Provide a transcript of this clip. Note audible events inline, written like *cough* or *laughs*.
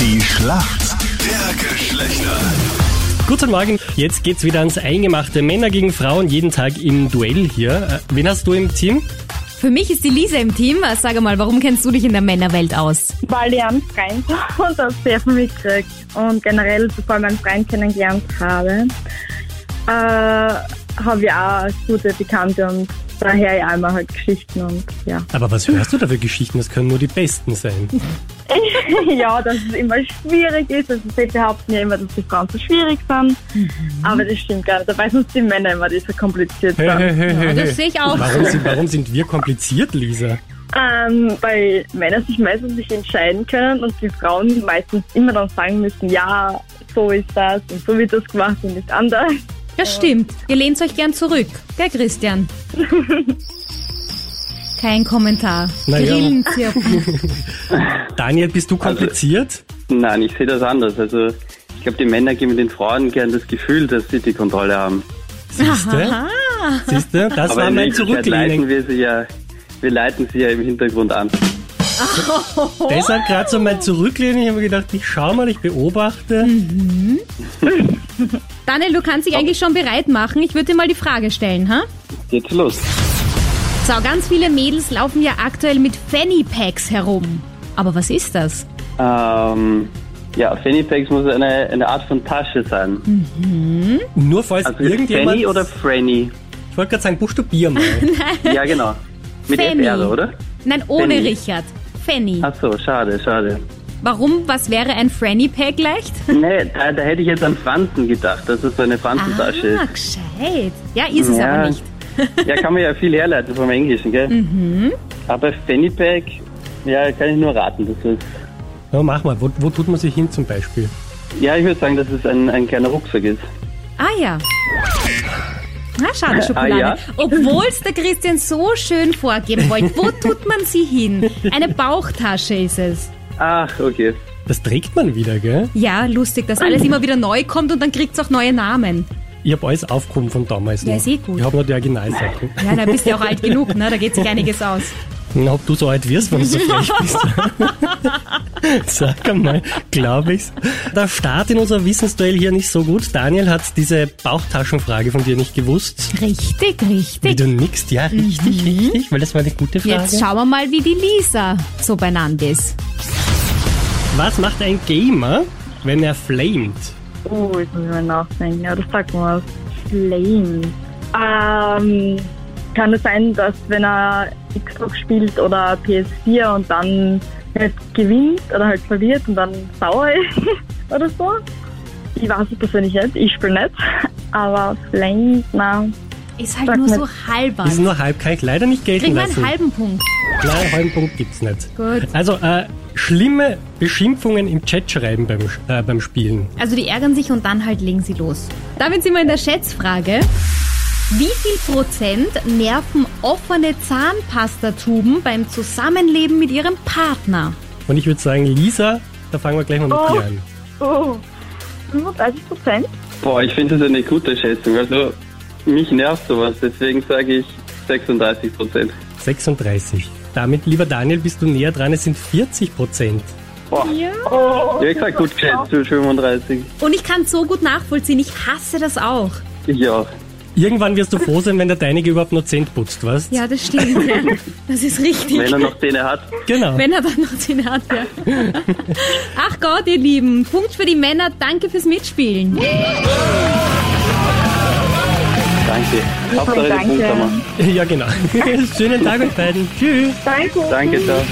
Die Schlacht der Geschlechter. Guten Morgen, jetzt geht's wieder ans Eingemachte. Männer gegen Frauen jeden Tag im Duell hier. Äh, Wen hast du im Team? Für mich ist die Lisa im Team. Sag mal, warum kennst du dich in der Männerwelt aus? weil ich einen Freund habe *laughs* und das sehr viel mitkriege und generell, bevor ich meinen Freund kennengelernt habe, äh, habe ich auch eine gute Bekannte und daher ja immer halt Geschichten und ja. Aber was hörst du da für Geschichten? Das können nur die besten *laughs* sein. ja, dass es immer schwierig ist, also sie behaupten ja immer, dass die Frauen so schwierig sind, aber das stimmt gar nicht, dabei sind die Männer immer, die so kompliziert sind. Das sehe ich auch. Warum sind, warum sind wir kompliziert, Lisa? Ähm, weil Männer sich meistens nicht entscheiden können und die Frauen meistens immer dann sagen müssen, ja, so ist das und so wird das gemacht und nicht anders. Das stimmt. Ihr lehnt euch gern zurück. Gell, Christian? *laughs* Kein Kommentar. Na ja. Grillenzirpen. Daniel, bist du kompliziert? Nein, ich sehe das anders. Also ich glaube, die Männer geben den Frauen gern das Gefühl, dass sie die Kontrolle haben. Siehste? Siehste? Das Aber war in mein Wirklichkeit leiten Zurücklehnen. wir sie ja, wir leiten sie ja im Hintergrund an. Deshalb gerade so mein Zurücklehnen. Ich habe mir gedacht, ich schau mal, ich beobachte. Daniel, du kannst dich eigentlich schon bereit machen. Ich würde dir mal die Frage stellen, ha? Geht's los. So, ganz viele Mädels laufen ja aktuell mit Fanny Packs herum. Aber was ist das? Ähm, ja, Fannypacks muss eine, eine Art von Tasche sein. Nur falls Also ist irgendjemand... Fanny oder Franny? ich wollte gerade sagen, buchstabier *laughs* mal. Ja, genau. Mit Fanny. FR, oder? Nein, ohne Fanny. Richard. Fanny. Ach so, schade, schade. Warum? Was wäre ein Franny Pack leicht? Nee, da, da hätte ich jetzt an Franzen gedacht, dass es so eine Franzentasche Ah, ist. gescheit. Ja, ist es Ja. aber nicht. Ja, kann man ja viel herleiten vom Englischen, gell? Mhm. Aber Fannypack, ja, kann ich nur raten. Das ist, Na, mach mal, wo, wo tut man sich hin zum Beispiel? ja, ich würde sagen, dass es ein, ein kleiner Rucksack ist. Ah ja. Na, schade, Schokolade. Ah, ja? Obwohl es der Christian so schön vorgeben wollte. Wo tut man sie hin? Eine Bauchtasche ist es. Ach, okay. Das trägt man wieder, gell? Ja, lustig, dass alles immer wieder neu kommt und dann kriegt es auch neue Namen. Ich habe alles aufgehoben von damals Ja, noch. ist eh gut. Ich habe noch die Originalsachen. Ja, da bist du ja auch alt genug, ne? Da geht sich einiges aus. Na, ob du so alt wirst, wenn du so frech *laughs* bist. Sag einmal, glaube ich's. Der Start in unser Wissensduell hier nicht so gut. Daniel hat diese Bauchtaschenfrage von dir nicht gewusst. Richtig, Wie richtig. du nix, ja, richtig, richtig, weil das war eine gute Frage. Jetzt schauen wir mal, wie die Lisa so beieinander ist. Was macht ein Gamer, wenn er flamed? Oh, jetzt muss ich mal nachdenken. Ja, das sagt man was. Flame. Ähm, kann es sein, dass wenn er Xbox spielt oder PS4 und dann halt gewinnt oder halt verliert und dann sauer ist *laughs* oder so? Ich weiß es persönlich nicht. Ich spiele nicht. Aber Flame, na, Ist halt Sag nur mal. so halber. Ist nur halb, kann ich leider nicht gelten Kriegen wir lassen. einen halben Punkt. Nein, halben Punkt gibt's nicht. Gut. Also, äh, schlimme Beschimpfungen im Chat schreiben beim, Sch- äh, beim Spielen. Also die ärgern sich und dann halt legen sie los. Damit sind wir in der Schätzfrage. Wie viel Prozent nerven offene Zahnpastatuben beim Zusammenleben mit ihrem Partner? Und ich würde sagen, Lisa, da fangen wir gleich mal mit Oh. dir an. oh, 35 Prozent? Boah, ich finde das eine gute Schätzung. Also, mich nervt sowas, deswegen sage ich 36 Prozent. 36. Damit, lieber Daniel, bist du näher dran. Es sind 40 Prozent. Boah, ja, ich sag gut geschätzt, zu 35. Und ich kann so gut nachvollziehen, ich hasse das auch. Ich auch. Irgendwann wirst *laughs* du froh sein, wenn der Deinige überhaupt nur 10 putzt, was? Ja, das stimmt. Ja. *laughs* Das ist richtig. Wenn er noch Zähne hat, Genau. *laughs* Wenn er dann noch den hat, ja. *laughs* Ach Gott, ihr Lieben. Punkt für die Männer. Danke fürs Mitspielen. danke. Hauptsache den *laughs* danke. Punkt haben wir. Ja, genau. Schönen Tag euch beiden. Tschüss. Danke. Danke, ciao.